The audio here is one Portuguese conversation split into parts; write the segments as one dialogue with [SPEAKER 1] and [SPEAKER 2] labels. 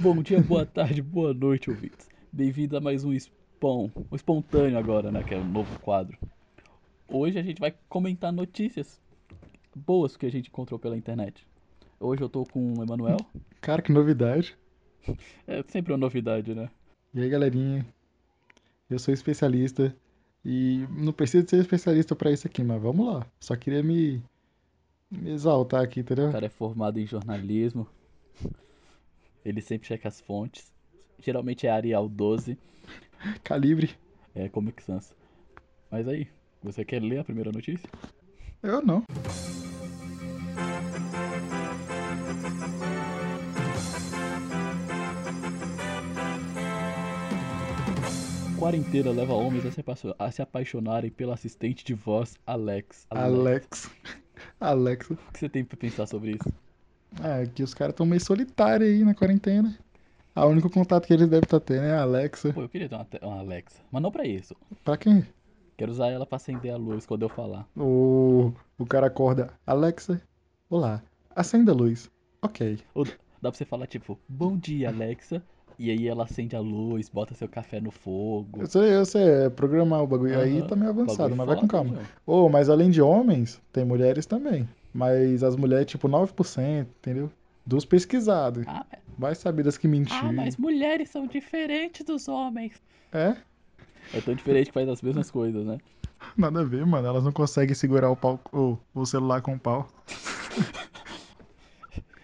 [SPEAKER 1] Bom dia, boa tarde, boa noite, ouvintes. Bem-vindo a mais um Spawn, um espontâneo agora, né, que é um novo quadro. Hoje a gente vai comentar notícias boas que a gente encontrou pela internet. Hoje eu tô com o Emanuel,
[SPEAKER 2] Cara, que novidade.
[SPEAKER 1] é sempre uma novidade, né?
[SPEAKER 2] E aí, galerinha? Eu sou especialista e não preciso ser especialista pra isso aqui, mas vamos lá. Só queria me, me exaltar aqui, entendeu?
[SPEAKER 1] O cara é formado em jornalismo, ele sempre checa as fontes, geralmente é Arial 12,
[SPEAKER 2] Calibre.
[SPEAKER 1] é Comic Sans. Mas aí, você quer ler a primeira notícia?
[SPEAKER 2] Eu não.
[SPEAKER 1] Quarentena leva homens a se apaixo- a se apaixonarem pela assistente de voz Alex.
[SPEAKER 2] Alex. Alex.
[SPEAKER 1] O que você tem pra pensar sobre isso?
[SPEAKER 2] Ah, aqui os caras estão meio solitários aí na quarentena. A único contato que eles devem estar tendo é a Alexa.
[SPEAKER 1] Pô, eu queria ter uma, te- uma Alexa, mas não pra isso.
[SPEAKER 2] Pra quem?
[SPEAKER 1] Quero usar ela pra acender a luz quando eu falar.
[SPEAKER 2] O, o cara acorda. Alexa, olá, acenda a luz. Ok.
[SPEAKER 1] Dá pra você falar tipo, bom dia, Alexa. E aí ela acende a luz, bota seu café no fogo.
[SPEAKER 2] Eu sei, eu sei, é, programar o bagulho aí
[SPEAKER 1] Aham.
[SPEAKER 2] tá meio avançado,
[SPEAKER 1] Bagulho
[SPEAKER 2] mas vai com
[SPEAKER 1] foda,
[SPEAKER 2] calma.
[SPEAKER 1] meu.
[SPEAKER 2] Ô, mas além de homens, tem mulheres também. Mas as mulheres, tipo, 9%, entendeu? Dos pesquisados.
[SPEAKER 1] Ah, mas-
[SPEAKER 2] Vai saber das que mentir.
[SPEAKER 1] ah, mas mulheres são diferentes dos homens.
[SPEAKER 2] É?
[SPEAKER 1] É tão diferente que faz as mesmas coisas, né?
[SPEAKER 2] Nada a ver, mano. Elas não conseguem segurar o, pau, o, o celular com o pau.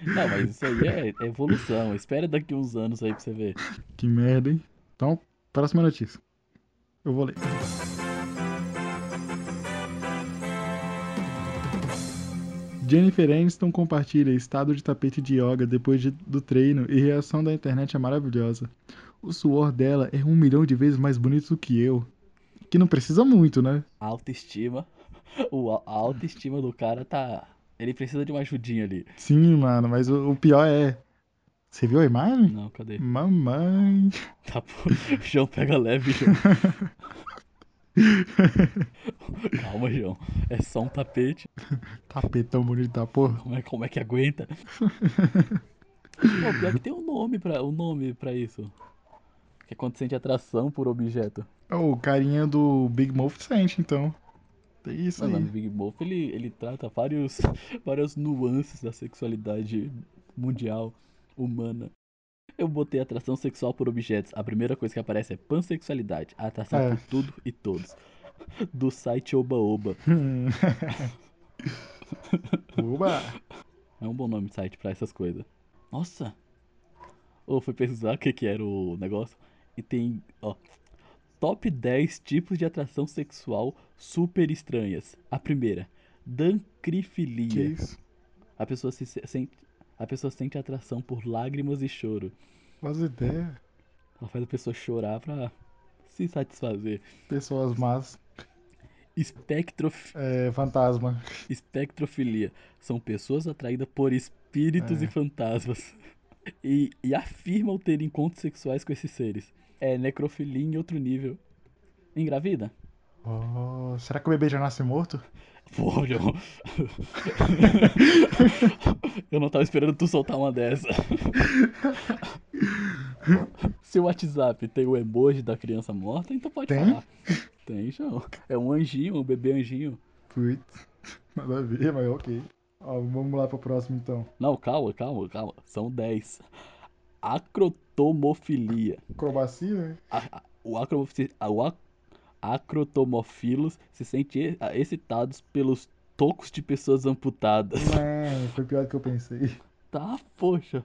[SPEAKER 1] Não, mas isso aí é, é evolução. Espera daqui uns anos aí pra você ver.
[SPEAKER 2] Que merda, hein? Então, próxima notícia. Eu vou ler. Jennifer Aniston compartilha estado de tapete de yoga depois de- do treino e reação da internet é maravilhosa. O suor dela é um milhão de vezes mais bonito do que eu. Que não precisa muito, né?
[SPEAKER 1] Autoestima. O, a a autoestima do cara tá. Ele precisa de uma ajudinha ali.
[SPEAKER 2] Sim, mano, mas o, o pior é. Você viu a imagem?
[SPEAKER 1] Não, cadê?
[SPEAKER 2] Mamãe.
[SPEAKER 1] Tá, pô. João pega leve, João. Calma, João. É só um tapete.
[SPEAKER 2] Tapetão bonito da porra.
[SPEAKER 1] Como é, como é que aguenta? Pô, pior que tem um nome pra, um nome pra isso. Que é quando sente atração por objeto.
[SPEAKER 2] É O carinha do Big Mouth sente, então. É isso
[SPEAKER 1] Mas lá
[SPEAKER 2] aí.
[SPEAKER 1] no Big Mouth ele, ele trata vários, várias nuances da sexualidade mundial, humana. Eu botei atração sexual por objetos. A primeira coisa que aparece é pansexualidade. A atração
[SPEAKER 2] É.
[SPEAKER 1] por tudo e todos. Do site Oba Oba.
[SPEAKER 2] Hum. Oba!
[SPEAKER 1] É um bom nome de site pra essas coisas. Nossa! Ou fui pesquisar o que, que era o negócio. E tem, ó. Top 10 tipos de atração sexual super estranhas. A primeira, dancrifilia.
[SPEAKER 2] Que isso?
[SPEAKER 1] A pessoa se se- sente. A pessoa sente atração por lágrimas e choro.
[SPEAKER 2] Faz ideia.
[SPEAKER 1] Ela faz a pessoa chorar pra se satisfazer.
[SPEAKER 2] Pessoas más.
[SPEAKER 1] Espectrof...
[SPEAKER 2] É, fantasma.
[SPEAKER 1] Espectrofilia. São pessoas atraídas por espíritos
[SPEAKER 2] É.
[SPEAKER 1] e fantasmas. E, e afirmam ter encontros sexuais com esses seres. É necrofilia em outro nível. Engravida?
[SPEAKER 2] Oh, será que o bebê já nasce morto?
[SPEAKER 1] Pô, João. Eu não tava esperando tu soltar uma dessa. Seu WhatsApp tem o emoji da criança morta, então pode
[SPEAKER 2] Tem?
[SPEAKER 1] falar. Tem, João. É um anjinho, um bebê anjinho.
[SPEAKER 2] Putz. Nada a ver, mas ok. Ó, vamos lá pro próximo então.
[SPEAKER 1] Não, calma, calma, calma. São 10. Acrotomofilia.
[SPEAKER 2] Acrobacia, né?
[SPEAKER 1] A- a- o acromofi- a- o ac- acrotomofilos se sentem e- a- excitados pelos tocos de pessoas amputadas.
[SPEAKER 2] Não, foi pior do que eu pensei.
[SPEAKER 1] Tá, poxa.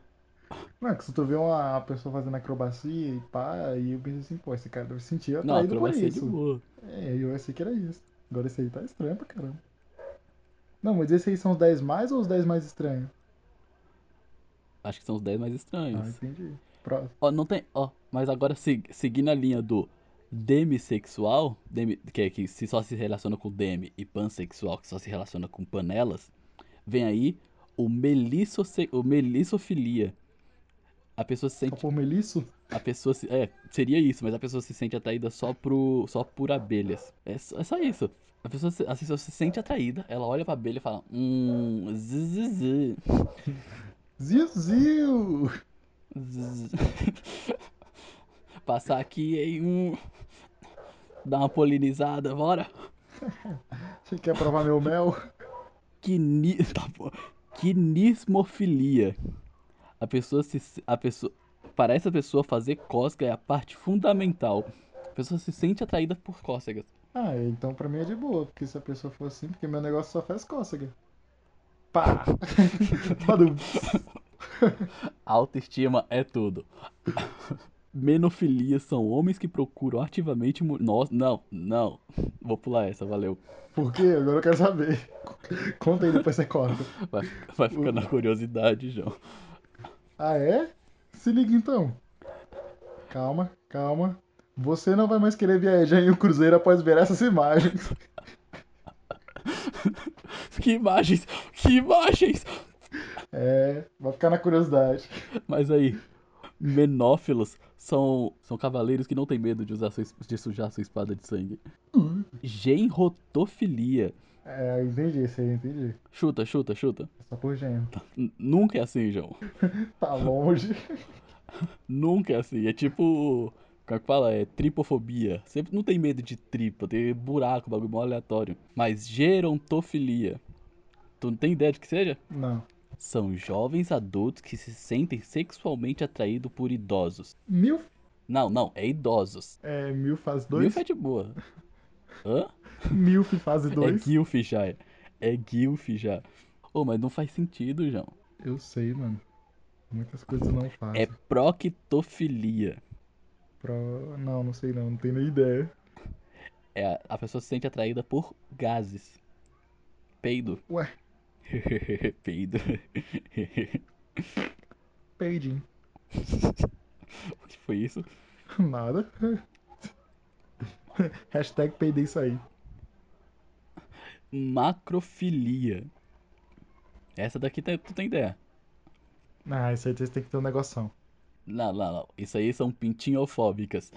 [SPEAKER 2] Não, é que se tu vê uma pessoa fazendo acrobacia e pá, aí eu pensei assim, pô, esse cara deve se sentir
[SPEAKER 1] Não,
[SPEAKER 2] atraído por
[SPEAKER 1] acrobacia de
[SPEAKER 2] isso.
[SPEAKER 1] boa.
[SPEAKER 2] É, eu achei que era isso. Agora esse aí tá estranho pra caramba. Não, mas esses aí são os 10 mais ou os 10 mais estranhos?
[SPEAKER 1] Acho que são os 10 mais
[SPEAKER 2] Ah,
[SPEAKER 1] estranhos.
[SPEAKER 2] entendi. Próximo.
[SPEAKER 1] Ó, não tem. Ó, mas agora se- seguindo a linha do demissexual, demi, que, é que se só se relaciona com demi, e pansexual, que só se relaciona com panelas, vem aí o, melisoce, o melissofilia. A pessoa se
[SPEAKER 2] Só
[SPEAKER 1] sente.
[SPEAKER 2] por melisso?
[SPEAKER 1] A pessoa se, é, seria isso, mas a pessoa se sente atraída só, pro, só por abelhas. É, só- é só isso. A pessoa, se, a pessoa se sente atraída, ela olha pra abelha e fala: Hum, zzz,
[SPEAKER 2] Ziu, ziu!
[SPEAKER 1] Zzz. Passar aqui em um. Dar uma polinizada, bora?
[SPEAKER 2] Você quer provar meu mel?
[SPEAKER 1] Quini... tá bom. Quinismofilia. A pessoa se. A pessoa... Para essa pessoa, fazer cócega é a parte fundamental. A pessoa se sente atraída por cócegas.
[SPEAKER 2] Ah, então pra mim é de boa, porque se a pessoa for assim, porque meu negócio só faz cócega. Pá! Badum.
[SPEAKER 1] Autoestima é tudo. Menofilia são homens que procuram ativamente. mu- Nossa, não, não. Vou pular essa, valeu.
[SPEAKER 2] Por quê? Agora eu quero saber. Conta aí, depois você corta.
[SPEAKER 1] Vai, vai ficar na curiosidade, João.
[SPEAKER 2] Ah, é? Se liga então. Calma, calma. Você não vai mais querer viajar em um cruzeiro após ver essas imagens.
[SPEAKER 1] Que imagens! Que imagens!
[SPEAKER 2] É, vai ficar na curiosidade.
[SPEAKER 1] Mas aí, menófilos são, são cavaleiros que não têm medo de, usar sua, es- de sujar sua espada de sangue. Genrotofilia.
[SPEAKER 2] É, eu entendi isso aí, eu entendi.
[SPEAKER 1] Chuta, chuta, chuta.
[SPEAKER 2] É Só por genro.
[SPEAKER 1] N- nunca é assim, João.
[SPEAKER 2] Tá longe.
[SPEAKER 1] Nunca é assim. É tipo. Como é que fala? É tripofobia. Sempre não tem medo de tripa, tem buraco, bagulho mó aleatório. Mas gerontofilia. Tu não tem ideia de que seja?
[SPEAKER 2] Não.
[SPEAKER 1] São jovens adultos que se sentem sexualmente atraídos por idosos.
[SPEAKER 2] Mil,
[SPEAKER 1] Não, não, é idosos.
[SPEAKER 2] é, mil fase
[SPEAKER 1] Dois?
[SPEAKER 2] 2?
[SPEAKER 1] Milf é de boa. Hã?
[SPEAKER 2] Milf fase 2?
[SPEAKER 1] É Guilf já. é. É Guilf já. Ô, mas não faz sentido, João.
[SPEAKER 2] Eu sei, mano. Muitas coisas não fazem.
[SPEAKER 1] É proctofilia.
[SPEAKER 2] Pro- Não, não sei não, não tenho nem ideia.
[SPEAKER 1] É a, a pessoa se sente atraída por gases. Peido.
[SPEAKER 2] Ué.
[SPEAKER 1] Peido.
[SPEAKER 2] Peidinho.
[SPEAKER 1] o que foi isso?
[SPEAKER 2] Nada. Hashtag peidei isso aí.
[SPEAKER 1] Macrofilia. Essa daqui tem- tu tem ideia.
[SPEAKER 2] Ah, isso aí vocês têm que ter um negoção.
[SPEAKER 1] Não, não, não. Isso aí são pintinhofóbicas.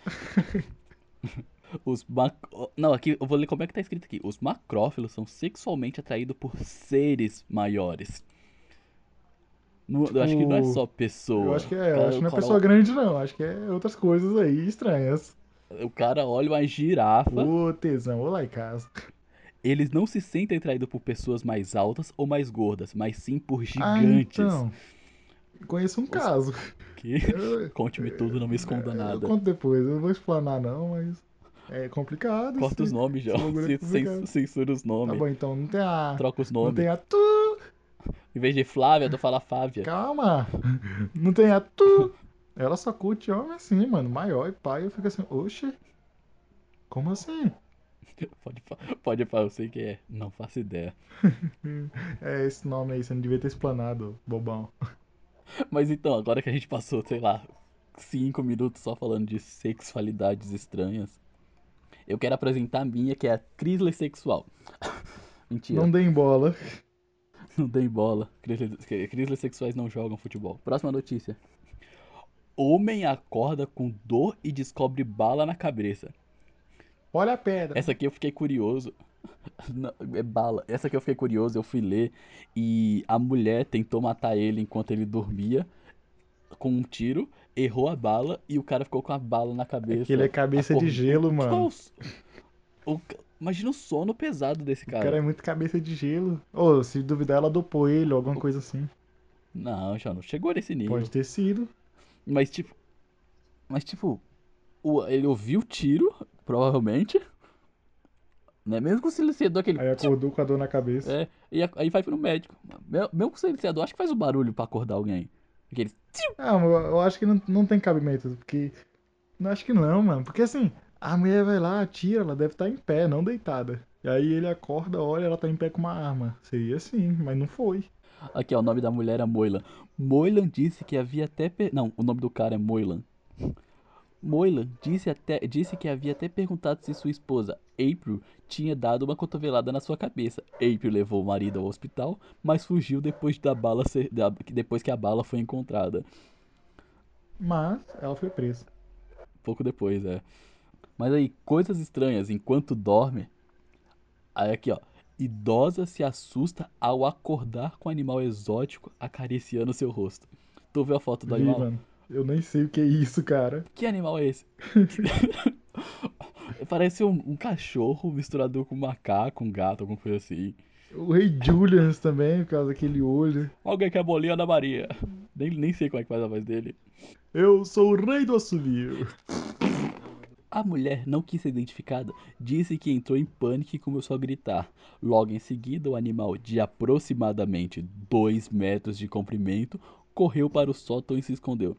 [SPEAKER 1] Os mac... Não, aqui eu vou ler como é que tá escrito aqui. Os macrófilos são sexualmente atraídos por seres maiores. Não- eu acho que não é
[SPEAKER 2] Tipo,
[SPEAKER 1] só pessoa.
[SPEAKER 2] Eu acho que é,
[SPEAKER 1] O cara-
[SPEAKER 2] eu acho que não é
[SPEAKER 1] o cara-
[SPEAKER 2] pessoa grande não, acho que é outras coisas aí estranhas.
[SPEAKER 1] O cara olha uma girafa.
[SPEAKER 2] Ô tesão, ô laicas.
[SPEAKER 1] Eles não se sentem atraídos por pessoas mais altas ou mais gordas, mas sim por
[SPEAKER 2] Ah,
[SPEAKER 1] gigantes.
[SPEAKER 2] então. Conheço um caso.
[SPEAKER 1] Que...
[SPEAKER 2] Eu,
[SPEAKER 1] Conte-me tudo, não me esconda
[SPEAKER 2] É, eu
[SPEAKER 1] nada.
[SPEAKER 2] conto depois, eu não vou explanar não, mas é complicado.
[SPEAKER 1] Corta os
[SPEAKER 2] isso.
[SPEAKER 1] nomes, já.
[SPEAKER 2] esse bagulho é complicado.
[SPEAKER 1] Censura os
[SPEAKER 2] Tá
[SPEAKER 1] nomes.
[SPEAKER 2] bom, então, não tem a...
[SPEAKER 1] Troca os
[SPEAKER 2] Não
[SPEAKER 1] nomes.
[SPEAKER 2] tem a tu,
[SPEAKER 1] Em vez de Flávia, tu fala Fávia.
[SPEAKER 2] calma. Não tem a tu. Ela só curte homem assim, mano, maior e pai. Eu fico assim, oxe. Como assim?
[SPEAKER 1] Pode, fa- pode falar, eu sei que é. Não faço ideia.
[SPEAKER 2] É esse nome aí, você não devia ter explanado, bobão.
[SPEAKER 1] Mas então, agora que a gente passou, sei lá, cinco minutos só falando de sexualidades estranhas, eu quero apresentar a minha, que é a Crisler Sexual. Mentira,
[SPEAKER 2] Não dêem bola.
[SPEAKER 1] não, dei bola. Crisler, Crisler Sexuais não jogam futebol. Próxima notícia. Homem acorda com dor e descobre bala na cabeça.
[SPEAKER 2] Olha a pedra.
[SPEAKER 1] Essa aqui eu fiquei curioso. Não, é bala. Essa aqui eu fiquei curioso, eu fui ler. E a mulher tentou matar ele enquanto ele dormia com um tiro, errou a bala e o cara ficou com a bala na cabeça.
[SPEAKER 2] Que ele é cabeça de
[SPEAKER 1] Acordou.
[SPEAKER 2] gelo,
[SPEAKER 1] Qual
[SPEAKER 2] mano.
[SPEAKER 1] o so- o ca- Imagina o sono pesado desse
[SPEAKER 2] O
[SPEAKER 1] cara.
[SPEAKER 2] cara é muito cabeça de gelo. Ô, se duvidar, ela dopou ele ou alguma coisa assim.
[SPEAKER 1] Não, já não chegou nesse nível.
[SPEAKER 2] Pode ter sido.
[SPEAKER 1] Mas tipo. Mas tipo. o- Ele ouviu o tiro, provavelmente. Né? Mesmo se ele se deu aquele.
[SPEAKER 2] Aí é acordou com a dor na cabeça.
[SPEAKER 1] É, e a- aí vai pro médico. Meu, meu conselheiro, acho que faz o barulho pra acordar alguém. Aqueles.
[SPEAKER 2] Ah, mas eu eu acho que não, não tem cabimento, porque. Não acho que não, mano. Porque assim, a mulher vai lá, atira, ela deve estar em pé, não deitada. E aí ele acorda, olha, ela tá em pé com uma arma. Seria assim, mas não foi.
[SPEAKER 1] Aqui, ó, o nome da mulher era Moilan. Moilan disse que havia até. per- Não, o nome do cara é Moilan. Moilan disse, até, disse que havia até perguntado se sua esposa, April, tinha dado uma cotovelada na sua cabeça. April levou o marido ao hospital, mas fugiu depois, da bala ser, da- depois que a bala foi encontrada.
[SPEAKER 2] Mas ela foi presa.
[SPEAKER 1] Pouco depois, é. Mas aí, coisas estranhas enquanto dorme. Aí aqui, ó. Idosa se assusta ao acordar com um animal exótico acariciando seu rosto. Tu viu a foto do
[SPEAKER 2] Vi,
[SPEAKER 1] animal?
[SPEAKER 2] mano. Eu nem sei o que é isso, cara.
[SPEAKER 1] Que animal é esse? Parece um, um cachorro misturado com um macaco, um gato, alguma coisa assim.
[SPEAKER 2] O Rei Julians também, por causa daquele olho.
[SPEAKER 1] Alguém quer bolinha da Maria. Nem, nem sei como é que faz a voz dele.
[SPEAKER 2] Eu sou o rei do assobio.
[SPEAKER 1] A mulher não quis ser identificada, disse que entrou em pânico e começou a gritar. Logo em seguida, o animal de aproximadamente 2 metros de comprimento correu para o sótão e se escondeu.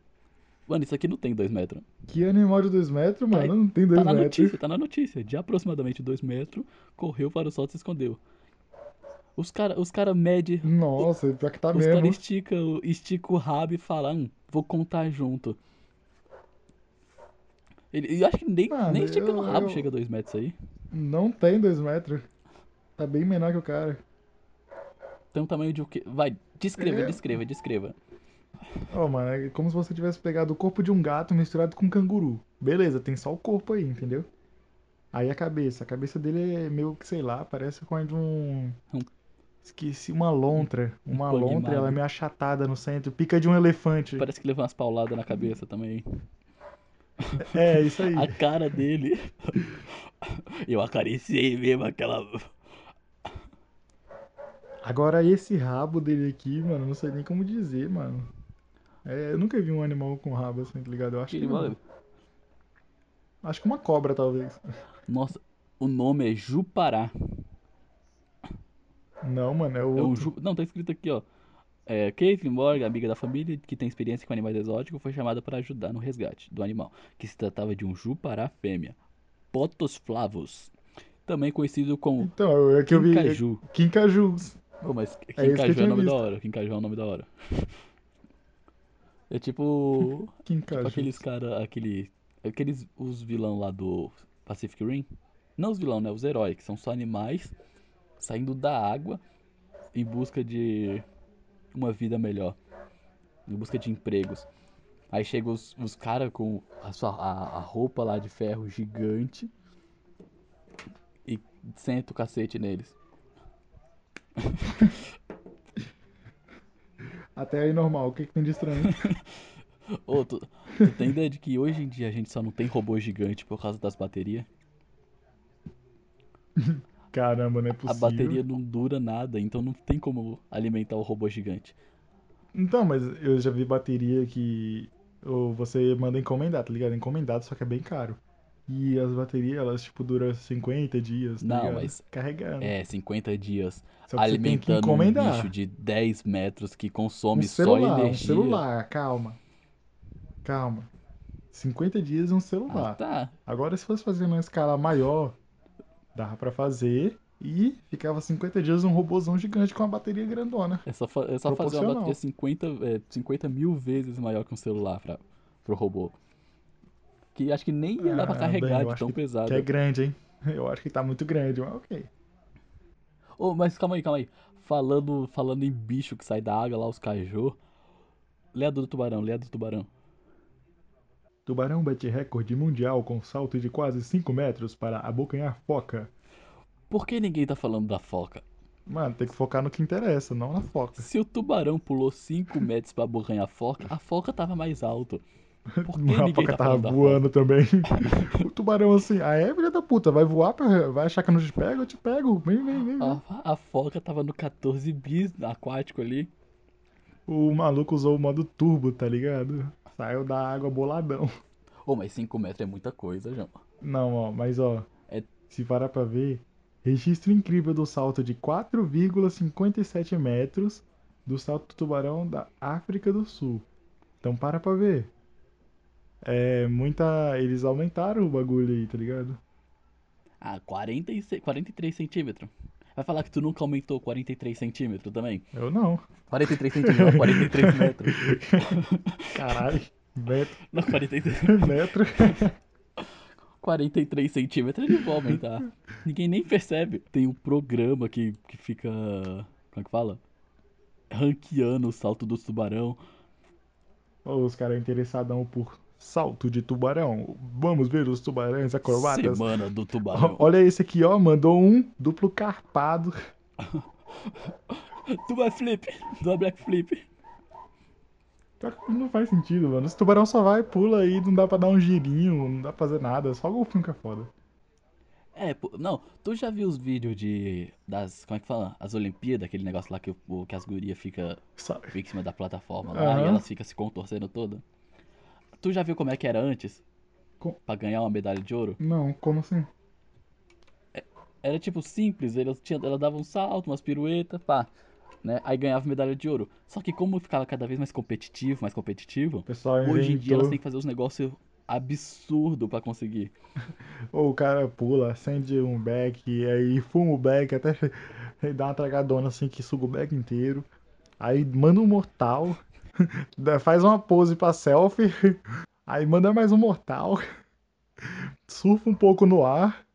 [SPEAKER 1] Mano, isso aqui não tem 2 metros.
[SPEAKER 2] Que animal de 2 metros,
[SPEAKER 1] aí,
[SPEAKER 2] mano? Não tem 2
[SPEAKER 1] Tá na
[SPEAKER 2] metros.
[SPEAKER 1] notícia, tá na notícia. De aproximadamente 2 metros, correu para o sótão e se escondeu. Os cara, os cara mede,
[SPEAKER 2] Nossa, pior que tá
[SPEAKER 1] os cara
[SPEAKER 2] mesmo.
[SPEAKER 1] estica, o- estica o rabo e fala, hum, vou contar junto. Ele, eu acho que nem,
[SPEAKER 2] Mano,
[SPEAKER 1] nem esticando o
[SPEAKER 2] eu-
[SPEAKER 1] rabo
[SPEAKER 2] eu-
[SPEAKER 1] chega a 2 metros aí.
[SPEAKER 2] Não tem 2 metros. Tá bem menor que o cara.
[SPEAKER 1] Tem um tamanho de o quê? Vai, descreva,
[SPEAKER 2] É.
[SPEAKER 1] descreva, descreva.
[SPEAKER 2] Ó, mano, é como se você tivesse pegado o corpo de um gato misturado com um canguru. Beleza, tem só o corpo aí, entendeu? Aí a cabeça. A cabeça dele é meio que, sei lá, parece com a de um.
[SPEAKER 1] Um-
[SPEAKER 2] Esqueci, uma lontra. Uma
[SPEAKER 1] coelho
[SPEAKER 2] lontra, ela é
[SPEAKER 1] magro.
[SPEAKER 2] meio achatada no centro. Pica de um elefante.
[SPEAKER 1] Parece que levou umas pauladas na cabeça também.
[SPEAKER 2] É, isso aí.
[SPEAKER 1] A cara dele. Eu acariciei mesmo aquela.
[SPEAKER 2] Agora esse rabo dele aqui, mano, não sei nem como dizer, mano. É, eu nunca vi um animal com rabo assim, tá ligado? Eu acho que,
[SPEAKER 1] Aquele mal-
[SPEAKER 2] acho que uma cobra, talvez.
[SPEAKER 1] Nossa, o nome é Jupará.
[SPEAKER 2] Não, mano, é o
[SPEAKER 1] É um
[SPEAKER 2] outro.
[SPEAKER 1] ju... Não, tá escrito aqui, ó. É, Caitlin Morgan, amiga da família, que tem experiência com animais exóticos, foi chamada para ajudar no resgate do animal, que se tratava de um Jupará fêmea, Potos flavus, também conhecido como
[SPEAKER 2] Então, é que eu vi.
[SPEAKER 1] Caju.
[SPEAKER 2] Quincajus.
[SPEAKER 1] Pô, mas
[SPEAKER 2] É isso que eu
[SPEAKER 1] Kinkaju é,
[SPEAKER 2] tinha
[SPEAKER 1] nome da
[SPEAKER 2] visto.
[SPEAKER 1] hora. Kinkaju é o nome da hora. É tipo.
[SPEAKER 2] Quincajus.
[SPEAKER 1] Aqueles cara, aquele, aqueles os vilão lá do Pacific Rim. Não os vilão, né? Os heróis, que são só animais saindo da água em busca de uma vida melhor, em busca de empregos. Aí chegam os, os caras com a, sua, a, a roupa lá de ferro gigante e senta o cacete neles.
[SPEAKER 2] Até aí normal, o que, que tem de estranho?
[SPEAKER 1] Ô, tu, tu tem ideia de que hoje em dia a gente só não tem robô gigante por causa das baterias?
[SPEAKER 2] Caramba, não é possível.
[SPEAKER 1] A bateria não dura nada, então não tem como alimentar o robô gigante.
[SPEAKER 2] Então, mas eu já vi bateria que ou você manda encomendar, tá ligado? Encomendado, só que é bem caro. E as baterias, elas, tipo, duram 50 dias, tá
[SPEAKER 1] Não,
[SPEAKER 2] ligado?
[SPEAKER 1] mas-
[SPEAKER 2] Carregando.
[SPEAKER 1] É, 50 dias
[SPEAKER 2] Só que você tem que
[SPEAKER 1] alimentando um
[SPEAKER 2] encomendar.
[SPEAKER 1] bicho de 10 metros que
[SPEAKER 2] Um
[SPEAKER 1] consome
[SPEAKER 2] celular,
[SPEAKER 1] só
[SPEAKER 2] um
[SPEAKER 1] energia.
[SPEAKER 2] celular, calma. Calma. 50 dias e um celular.
[SPEAKER 1] Ah, tá.
[SPEAKER 2] Agora, se fosse fazer uma escala maior, dava pra fazer e ficava 50 dias um robozão gigante com uma bateria grandona.
[SPEAKER 1] É só, fa- é só fazer uma
[SPEAKER 2] Proporcional.
[SPEAKER 1] bateria 50, é, 50 mil vezes maior que um celular pra, pro robô. Que acho que nem ia dar pra
[SPEAKER 2] Ah,
[SPEAKER 1] carregar
[SPEAKER 2] bem, eu
[SPEAKER 1] de
[SPEAKER 2] acho
[SPEAKER 1] tão pesado.
[SPEAKER 2] Que é grande, hein? Eu acho que tá muito grande, mas ok.
[SPEAKER 1] Ô, mas calma aí, calma aí. Falando, falando em bicho que sai da água lá, os cajô. Lê a do tubarão, lê a do tubarão.
[SPEAKER 2] Tubarão bate recorde mundial com salto de quase 5 metros para abocanhar foca.
[SPEAKER 1] Por que ninguém tá falando da foca?
[SPEAKER 2] Mano, tem que focar no que interessa, não na foca.
[SPEAKER 1] Se o tubarão pulou 5 metros pra borranhar a foca, a foca tava mais alto. Por que
[SPEAKER 2] a
[SPEAKER 1] ninguém
[SPEAKER 2] foca
[SPEAKER 1] tá
[SPEAKER 2] tava
[SPEAKER 1] falando da foca?
[SPEAKER 2] voando também. o tubarão assim, ah é, filha da puta, vai voar, pra... vai achar que eu não te pego? Eu te pego, vem, vem, vem. vem.
[SPEAKER 1] A, a foca tava no 14 bis aquático ali.
[SPEAKER 2] O maluco usou o modo turbo, tá ligado? Saiu da água boladão.
[SPEAKER 1] Ô, mas 5 metros é muita coisa, João.
[SPEAKER 2] Não, ó, mas ó,
[SPEAKER 1] É-
[SPEAKER 2] se parar pra ver, registro incrível do salto de 4,57 metros do salto do tubarão da África do Sul. Então para pra ver. É muita. Eles aumentaram o bagulho aí, tá ligado?
[SPEAKER 1] Ah, 46, 43 centímetros. Vai falar que tu nunca aumentou 43 centímetros também?
[SPEAKER 2] Eu não.
[SPEAKER 1] 43 centímetros, não, 43 metros.
[SPEAKER 2] Caralho. Metro,
[SPEAKER 1] Não, 43,
[SPEAKER 2] metro.
[SPEAKER 1] 43 centímetros ele vai aumentar. Ninguém nem percebe. Tem um programa que, que fica. Como é que fala? Ranqueando o salto do tubarão.
[SPEAKER 2] Ó, os caras interessadão por salto de tubarão. Vamos ver os tubarões acrobatas.
[SPEAKER 1] Semana do
[SPEAKER 2] Ó,
[SPEAKER 1] tubarão.
[SPEAKER 2] Olha esse aqui, ó. Mandou um duplo carpado.
[SPEAKER 1] Tu vai flip, tu vai black flip.
[SPEAKER 2] Pior que Não faz sentido, mano. Esse tubarão só vai, pula aí, não dá pra dar um girinho, não dá pra fazer nada. Só o golfinho que é foda.
[SPEAKER 1] É, pô, não, tu já viu os vídeos de. das. como é que fala? As Olimpíadas, aquele negócio lá que, o- que as gurias ficam
[SPEAKER 2] Só-
[SPEAKER 1] fica em cima da plataforma lá e
[SPEAKER 2] Aham.
[SPEAKER 1] elas ficam se contorcendo toda. Tu já viu como é que era antes?
[SPEAKER 2] Com-
[SPEAKER 1] Pra ganhar uma medalha de ouro?
[SPEAKER 2] Não, como assim?
[SPEAKER 1] Era tipo simples, ela, tinha, ela dava um salto, umas piruetas, pá. Né? Aí ganhava medalha de ouro. Só que como ficava cada vez mais competitivo, mais competitivo,
[SPEAKER 2] O pessoal inventou.
[SPEAKER 1] hoje em dia elas têm que fazer uns negócios absurdos pra conseguir.
[SPEAKER 2] Ou o cara pula, acende um beck, e aí fuma o beck até dar uma tragadona assim que suga o beck inteiro. Aí manda um mortal, dá- faz uma pose pra selfie, aí manda mais um mortal, surfa um pouco no ar,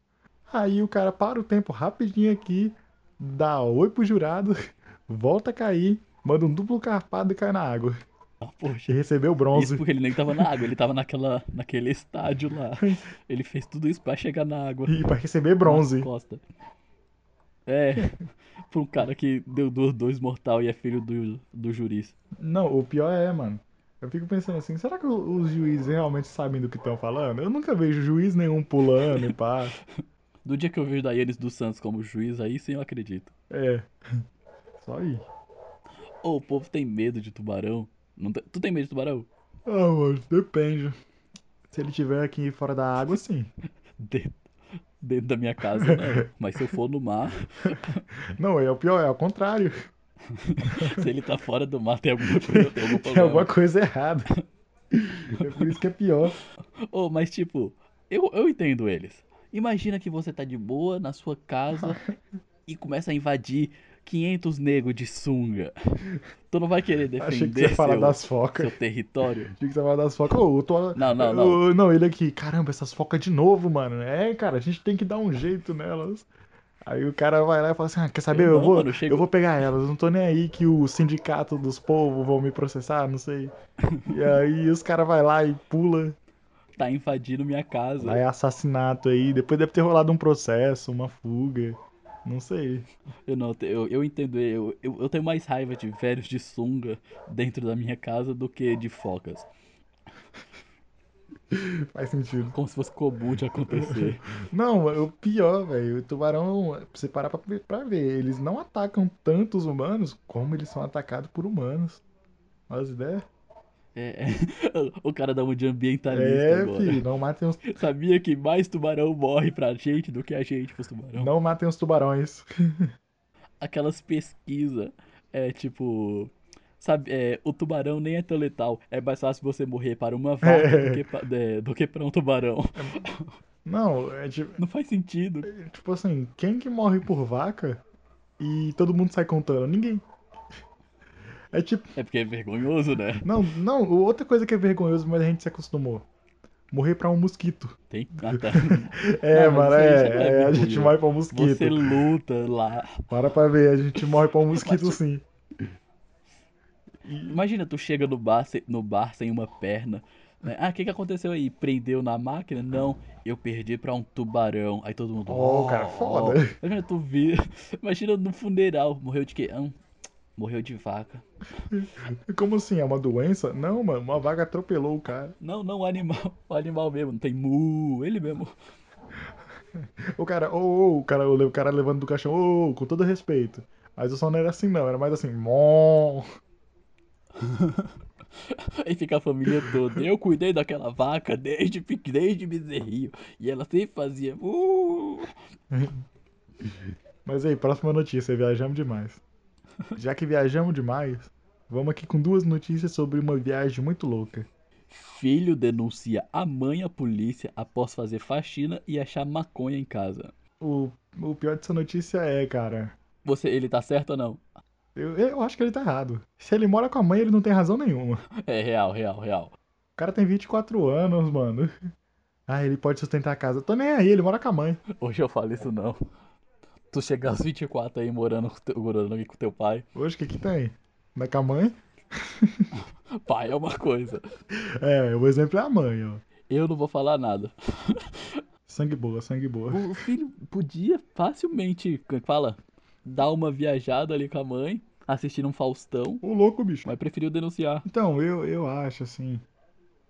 [SPEAKER 2] aí o cara para o tempo rapidinho aqui, dá oi pro jurado, volta a cair, manda um duplo carpado e cai na água.
[SPEAKER 1] Ah, poxa.
[SPEAKER 2] E recebeu
[SPEAKER 1] Isso
[SPEAKER 2] bronze.
[SPEAKER 1] porque ele nem tava na água, ele tava naquela, naquele estádio lá. Ele fez tudo isso pra chegar na água.
[SPEAKER 2] E pra receber
[SPEAKER 1] Nas
[SPEAKER 2] bronze.
[SPEAKER 1] costas. É, pra um cara que deu dois, dois mortal e é filho do, do juiz.
[SPEAKER 2] Não, o pior é, mano. Eu fico pensando assim, será que o- os juízes realmente sabem do que estão falando? Eu nunca vejo juiz nenhum pulando e pá.
[SPEAKER 1] Do dia que eu vejo Daieres dos Santos como juiz, aí sim eu acredito.
[SPEAKER 2] É. Só aí.
[SPEAKER 1] Ô, o povo tem medo de tubarão. Não tem- tu tem medo de tubarão?
[SPEAKER 2] Ah, mano, depende. Se ele tiver aqui fora da água, sim.
[SPEAKER 1] De- dentro da minha casa, não. Mas se eu for no mar,
[SPEAKER 2] Não, é o pior, é o contrário.
[SPEAKER 1] se ele tá fora do mar, tem alguma coisa, tem algum
[SPEAKER 2] Tem
[SPEAKER 1] problema.
[SPEAKER 2] alguma coisa errada. É por isso que é pior.
[SPEAKER 1] Ô, mas tipo, eu, eu entendo eles. Imagina que você tá de boa na sua casa e começa a invadir 500 negros de sunga. Tu não vai querer
[SPEAKER 2] Achei que
[SPEAKER 1] defender
[SPEAKER 2] você ia falar
[SPEAKER 1] seu,
[SPEAKER 2] das focas.
[SPEAKER 1] seu território?
[SPEAKER 2] Achei que você ia falar das focas. Ô, eu tô.
[SPEAKER 1] Não, não, não.
[SPEAKER 2] Ô, não, ele aqui, caramba, essas focas de novo, mano. É, cara, a gente tem que dar um jeito nelas. Aí o cara vai lá e fala assim: ah, quer saber?
[SPEAKER 1] Eu
[SPEAKER 2] Eu,
[SPEAKER 1] não,
[SPEAKER 2] vou,
[SPEAKER 1] mano, eu chego-
[SPEAKER 2] eu vou pegar elas, não tô nem aí que o sindicato dos povos vão me processar, não sei. E aí os caras vai lá e pula.
[SPEAKER 1] Tá invadindo minha casa.
[SPEAKER 2] Aí é assassinato aí. Depois deve ter rolado um processo, uma fuga. Não sei.
[SPEAKER 1] Eu não, eu, eu entendo, eu, eu, eu tenho mais raiva de velhos de sunga dentro da minha casa do que de focas.
[SPEAKER 2] Faz sentido.
[SPEAKER 1] Como se fosse comum de acontecer.
[SPEAKER 2] Não, o pior, velho, o tubarão, pra você parar pra, pra ver, eles não atacam tanto os humanos como eles são atacados por humanos. As ideias?
[SPEAKER 1] É, é. o cara dá um de ambientalista
[SPEAKER 2] É,
[SPEAKER 1] agora.
[SPEAKER 2] filho, não matem os,
[SPEAKER 1] Sabia que mais tubarão morre pra gente do que a gente pros tubarão?
[SPEAKER 2] não matem os tubarões.
[SPEAKER 1] aquelas pesquisas. É tipo. Sabe, é, o tubarão nem é tão letal. É mais fácil você morrer para uma vaca
[SPEAKER 2] É.
[SPEAKER 1] do, que pa- é, do que para um tubarão.
[SPEAKER 2] Não, é tipo,
[SPEAKER 1] Não faz sentido.
[SPEAKER 2] tipo assim, quem que morre por vaca e todo mundo sai contando? Ninguém. É tipo,
[SPEAKER 1] É porque é vergonhoso, né?
[SPEAKER 2] não, não, outra coisa que é vergonhoso, mas a gente se acostumou. Morrer pra um mosquito.
[SPEAKER 1] Tem ah, tá.
[SPEAKER 2] É,
[SPEAKER 1] Não, mas
[SPEAKER 2] mano,
[SPEAKER 1] isso aí- isso
[SPEAKER 2] é,
[SPEAKER 1] aí não é
[SPEAKER 2] é, a gente
[SPEAKER 1] vergonhoso.
[SPEAKER 2] morre pra um mosquito.
[SPEAKER 1] Você luta lá.
[SPEAKER 2] Para pra ver, a gente morre pra um mosquito
[SPEAKER 1] Mas-
[SPEAKER 2] sim.
[SPEAKER 1] Imagina, tu chega no bar, se- no bar sem uma perna. né? Ah, o que, que aconteceu aí? Prendeu na máquina? Não, eu perdi pra um tubarão. Aí todo mundo.
[SPEAKER 2] Ó, cara, é
[SPEAKER 1] ó.
[SPEAKER 2] foda.
[SPEAKER 1] Imagina, tu vi. Imagina no funeral. Morreu de quê? Ah, morreu de vaca.
[SPEAKER 2] Como assim? É uma doença? Não, mano, uma vaga atropelou o cara.
[SPEAKER 1] Não, não, o animal. O animal mesmo, não tem mu, ele mesmo.
[SPEAKER 2] O cara, ô, ô, o cara, o cara levando do caixão, ô, ô, com todo respeito. Mas o som não era assim, não, era mais assim, mó.
[SPEAKER 1] Aí fica a família toda. Eu cuidei daquela vaca desde, pe- desde bezerrinho. E ela sempre fazia "Uh." mu.
[SPEAKER 2] Mas aí, próxima notícia, viajamos demais. Já que viajamos demais, vamos aqui com duas notícias sobre uma viagem muito louca.
[SPEAKER 1] Filho denuncia a mãe à polícia após fazer faxina e achar maconha em casa.
[SPEAKER 2] O, o pior dessa notícia é, cara,
[SPEAKER 1] Você, ele tá certo ou não?
[SPEAKER 2] eu, eu acho que ele tá errado. Se ele mora com a mãe, ele não tem razão nenhuma.
[SPEAKER 1] É real, real, real.
[SPEAKER 2] O cara tem 24 anos, mano. Ah, ele pode sustentar a casa. Tô nem aí, ele mora com a mãe.
[SPEAKER 1] Hoje eu falo isso não. Tu chegar aos 24 aí morando com teu, morando aqui com teu pai,
[SPEAKER 2] Hoje o que que tem? Não é com a mãe?
[SPEAKER 1] pai é uma coisa.
[SPEAKER 2] É, o exemplo é a mãe, ó.
[SPEAKER 1] Eu não vou falar nada.
[SPEAKER 2] Sangue boa, sangue boa.
[SPEAKER 1] O filho podia facilmente, como é que fala? Dar uma viajada ali com a mãe, assistindo um Faustão,
[SPEAKER 2] Ô, louco, bicho.
[SPEAKER 1] mas preferiu denunciar.
[SPEAKER 2] Então, eu, eu acho, assim,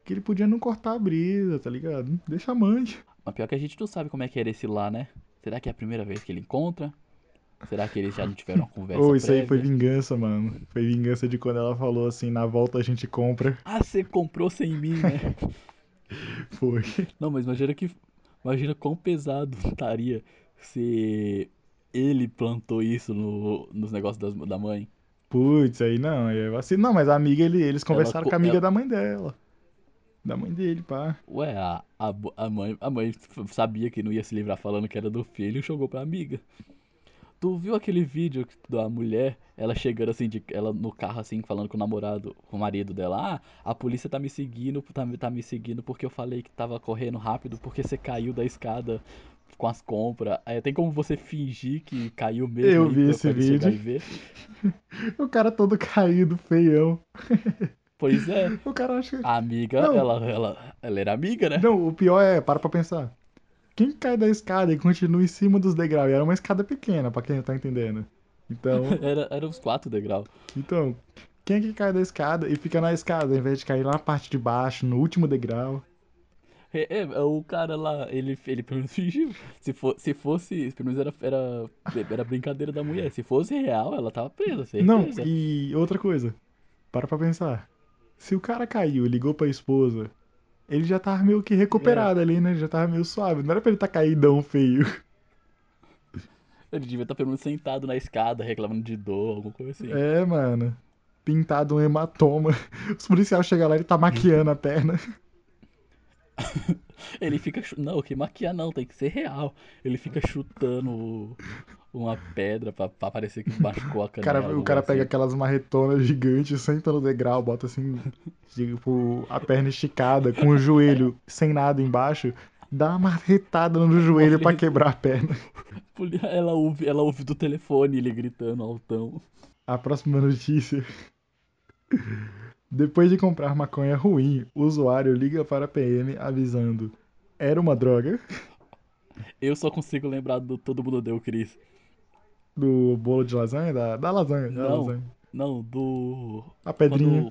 [SPEAKER 2] que ele podia não cortar a brisa, tá ligado? Deixa a mãe.
[SPEAKER 1] Mas pior que a gente não sabe como é que era esse lá, né? Será que é a primeira vez que ele encontra? Será que eles já não tiveram uma conversa
[SPEAKER 2] Ô, isso aí
[SPEAKER 1] prévia?
[SPEAKER 2] foi vingança, mano. Foi vingança de quando ela falou assim, na volta a gente compra.
[SPEAKER 1] Ah, você comprou sem mim, né?
[SPEAKER 2] Foi.
[SPEAKER 1] não, mas imagina que... Imagina quão pesado estaria se ele plantou isso no, nos negócios das- da mãe.
[SPEAKER 2] Putz, aí não, aí eu assim, não, mas a amiga, ele- eles conversaram
[SPEAKER 1] co-
[SPEAKER 2] com a amiga
[SPEAKER 1] ela-
[SPEAKER 2] da mãe dela. Da mãe dele, pá.
[SPEAKER 1] Ué, a, a, bo- a mãe, a mãe f- sabia que não ia se livrar falando que era do filho e jogou pra amiga. Tu viu aquele vídeo que- da mulher, ela chegando assim, de, ela no carro assim, falando com o namorado, com o marido dela, ah, a polícia tá me seguindo, tá, me- tá me seguindo porque eu falei que tava correndo rápido porque você caiu da escada com as compras. É, tem como você fingir que caiu mesmo
[SPEAKER 2] Eu
[SPEAKER 1] aí
[SPEAKER 2] vi
[SPEAKER 1] pra
[SPEAKER 2] esse
[SPEAKER 1] quando chegar
[SPEAKER 2] vídeo.
[SPEAKER 1] e ver?
[SPEAKER 2] O cara todo caído, feião.
[SPEAKER 1] Pois é,
[SPEAKER 2] O cara acha que.
[SPEAKER 1] a amiga,
[SPEAKER 2] Não.
[SPEAKER 1] ela, ela, ela era amiga, né?
[SPEAKER 2] Não, o pior é, para pra pensar. Quem cai da escada e continua em cima dos degraus? Era uma escada pequena, pra quem não tá entendendo. Então,
[SPEAKER 1] Era, era uns quatro degraus.
[SPEAKER 2] então, quem é que cai da escada e fica na escada, ao invés de cair lá na parte de baixo, no último degrau?
[SPEAKER 1] É, é, o cara lá, ele, ele pelo menos fingiu. Se, for, se fosse, pelo menos era, era, era brincadeira da mulher. Se fosse real, ela tava presa, certeza.
[SPEAKER 2] Não, e outra coisa. Para pra pensar. Se o cara caiu e ligou pra esposa, ele já tava meio que recuperado ali, né? Ele já tava meio suave. Não era pra ele tá caidão feio.
[SPEAKER 1] Ele devia estar pelo menos sentado na escada, reclamando de dor, alguma coisa assim.
[SPEAKER 2] É, mano. Pintado um hematoma. Os policiais chegam lá e ele tá maquiando a perna.
[SPEAKER 1] Ele fica. chu- Não, que maquiar não, tem que ser real. Ele fica chutando o- uma pedra pra, pra parecer que machucou a
[SPEAKER 2] O
[SPEAKER 1] canela.
[SPEAKER 2] cara, o
[SPEAKER 1] alguma
[SPEAKER 2] cara
[SPEAKER 1] coisa
[SPEAKER 2] pega
[SPEAKER 1] assim.
[SPEAKER 2] aquelas marretonas gigantes, senta no degrau, bota assim, tipo, a perna esticada, com o joelho sem nada embaixo, dá uma marretada no joelho pra quebrar a perna.
[SPEAKER 1] assim. Poli- Ela ouve, ela ouve do telefone ele gritando altão.
[SPEAKER 2] A próxima notícia. Depois de comprar maconha ruim, o usuário liga para a PM avisando: era uma droga
[SPEAKER 1] Eu só consigo lembrar do Todo Mundo Deu Cris.
[SPEAKER 2] do bolo de lasanha, da, da lasanha, da
[SPEAKER 1] Não.
[SPEAKER 2] lasanha.
[SPEAKER 1] Não, do.
[SPEAKER 2] A pedrinha.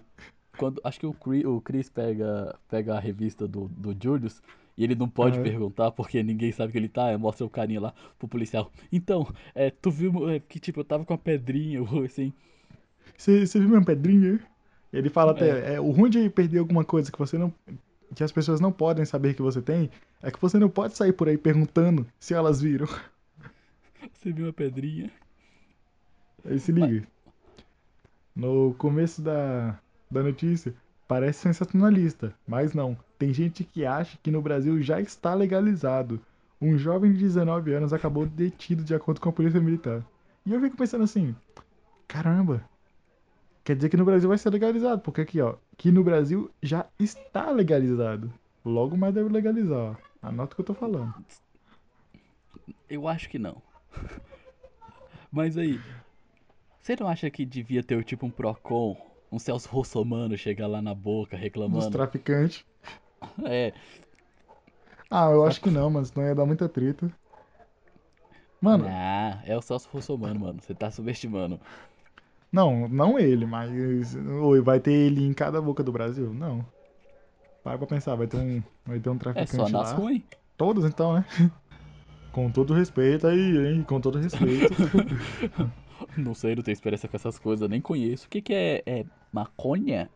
[SPEAKER 1] Quando, quando- acho que o Chris, o Chris pega, pega a revista do, do Julius e ele não pode
[SPEAKER 2] Aham.
[SPEAKER 1] perguntar porque ninguém sabe que ele tá. aí Mostra o carinha lá pro policial. Então, é, tu viu é, que tipo, eu tava com a pedrinha, ou assim.
[SPEAKER 2] Você você viu minha pedrinha? Ele fala até, é, o ruim de perder alguma coisa que você não. que as pessoas não podem saber que você tem, é que você não pode sair por aí perguntando se elas viram.
[SPEAKER 1] Você viu a pedrinha?
[SPEAKER 2] Aí se liga. No começo da, da notícia, parece sensacionalista, mas não. Tem gente que acha que no Brasil já está legalizado. Um jovem de 19 anos acabou detido de acordo com a polícia militar. E eu fico pensando assim, caramba, quer dizer que no Brasil vai ser legalizado, porque aqui, ó, que no Brasil já está legalizado. Logo mais deve legalizar, ó. Anota o que eu tô falando.
[SPEAKER 1] Eu acho que não. Mas aí, você não acha que devia ter tipo um Procon, um Celso Russomano chegar lá na boca
[SPEAKER 2] Dos
[SPEAKER 1] reclamando?
[SPEAKER 2] traficantes.
[SPEAKER 1] É,
[SPEAKER 2] Ah, eu acho que não, mas não ia dar muita treta. Mano,
[SPEAKER 1] ah, é o Celso Russomano, mano. Você tá subestimando.
[SPEAKER 2] Não, não ele, mas. Oi, vai ter ele em cada boca do Brasil? Não. Para pra pensar, vai ter um, vai ter um
[SPEAKER 1] É
[SPEAKER 2] traficante
[SPEAKER 1] só nas
[SPEAKER 2] lá.
[SPEAKER 1] ruim.
[SPEAKER 2] Todos então, né? Com todo respeito aí, hein? Com todo respeito.
[SPEAKER 1] Não sei, não tenho experiência com essas coisas, nem conheço. O que que é, é maconha?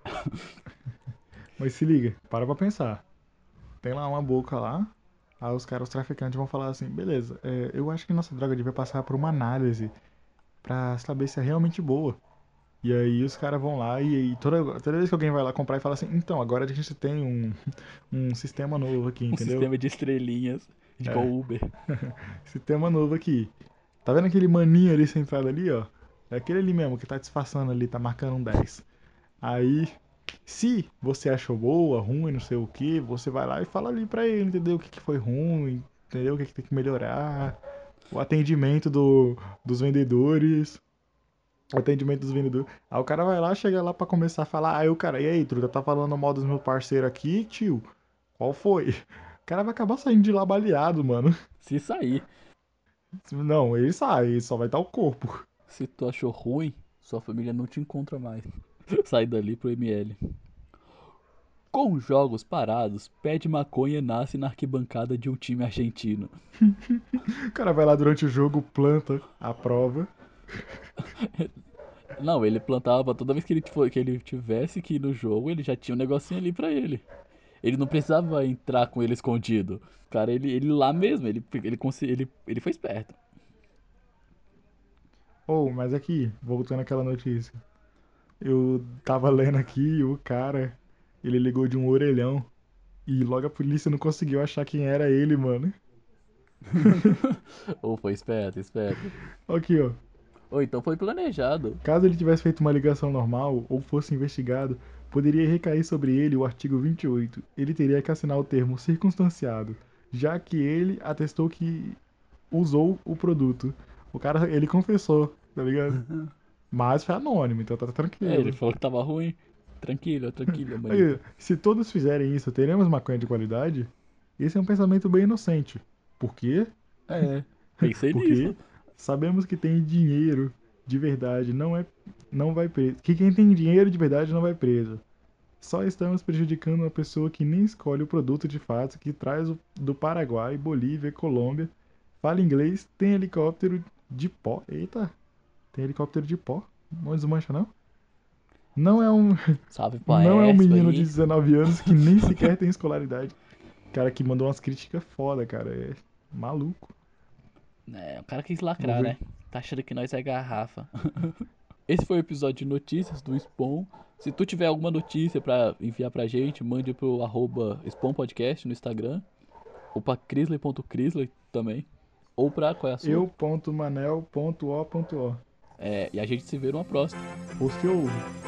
[SPEAKER 2] mas se liga, para pra pensar. Tem lá uma boca lá. Aí os caras, os traficantes vão falar assim: beleza, é, eu acho que nossa droga devia passar por uma análise pra saber se é realmente boa. E aí os caras vão lá e, e toda, toda vez que alguém vai lá comprar e fala assim: então, agora a gente tem um, um sistema novo aqui,
[SPEAKER 1] Um
[SPEAKER 2] entendeu?
[SPEAKER 1] sistema de estrelinhas, de
[SPEAKER 2] É.
[SPEAKER 1] igual Uber.
[SPEAKER 2] Esse tema novo aqui. Tá vendo aquele maninho ali sentado ali, ó? É aquele ali mesmo que tá disfarçando ali, tá marcando um 10. Aí, se você achou boa, ruim, não sei o que, você vai lá e fala ali pra ele, entendeu? O que, que foi ruim, entendeu? O que, que tem que melhorar. O atendimento do, dos vendedores. O atendimento dos vendedores. Aí o cara vai lá, chega lá pra começar a falar. Aí o cara, e aí, truta, tá falando mal dos meus parceiros aqui, tio? Qual foi? O cara vai acabar saindo de lá baleado, mano.
[SPEAKER 1] Se sair,
[SPEAKER 2] Não, ele sai, ele só vai estar o corpo.
[SPEAKER 1] se tu achou ruim, Sua família não te encontra mais. Sai dali pro ML. Com jogos parados, pé de maconha nasce na arquibancada de um time argentino.
[SPEAKER 2] O cara vai lá durante o jogo, planta a prova.
[SPEAKER 1] Não, ele plantava toda vez que ele, tifo- que ele tivesse que ir no jogo, ele já tinha um negocinho ali pra ele. Ele não precisava entrar com ele escondido. Cara, ele, ele lá mesmo, ele, ele, consi- ele, ele foi esperto.
[SPEAKER 2] Ou, mas aqui, voltando àquela notícia. Eu tava lendo aqui e o cara, ele ligou de um orelhão. E logo a polícia não conseguiu achar quem era ele, mano.
[SPEAKER 1] Ou foi esperto, esperto.
[SPEAKER 2] Aqui, ó.
[SPEAKER 1] Ou então foi planejado.
[SPEAKER 2] Caso ele tivesse feito uma ligação normal ou fosse investigado, poderia recair sobre ele o artigo 28. Ele teria que assinar o termo circunstanciado, já que ele atestou que usou o produto. O cara, ele confessou, tá ligado? Mas foi anônimo, então tá tranquilo.
[SPEAKER 1] É, ele falou que tava ruim. Tranquilo, tranquilo, mãe.
[SPEAKER 2] Aí, se todos fizerem isso, teremos maconha de qualidade? Esse é um pensamento bem inocente. Por quê?
[SPEAKER 1] É, pensei
[SPEAKER 2] Porque
[SPEAKER 1] nisso.
[SPEAKER 2] sabemos que tem dinheiro de verdade, não é não vai preso. Que quem tem dinheiro de verdade não vai preso. Só estamos prejudicando uma pessoa que nem escolhe o produto de fato, que traz o- do Paraguai, Bolívia, Colômbia, fala inglês, tem helicóptero de pó. Eita, tem helicóptero de pó? Não desmancha não? Não é um
[SPEAKER 1] Salve pra
[SPEAKER 2] não é um
[SPEAKER 1] Espa
[SPEAKER 2] menino
[SPEAKER 1] aí.
[SPEAKER 2] de 19 anos que nem sequer tem escolaridade. Cara que mandou umas críticas foda, cara. É maluco.
[SPEAKER 1] É, o cara quis lacrar,
[SPEAKER 2] Vamos
[SPEAKER 1] né? Tá achando que nós é garrafa. Esse foi o episódio de notícias do Spawn. Se tu tiver alguma notícia pra enviar pra gente, mande pro arroba Spawn Podcast no Instagram. Ou pra crisley.crisley também. Ou pra qual é a sua?
[SPEAKER 2] Eu.manel.o.o.
[SPEAKER 1] É, e a gente se vê numa próxima.
[SPEAKER 2] Você ouve.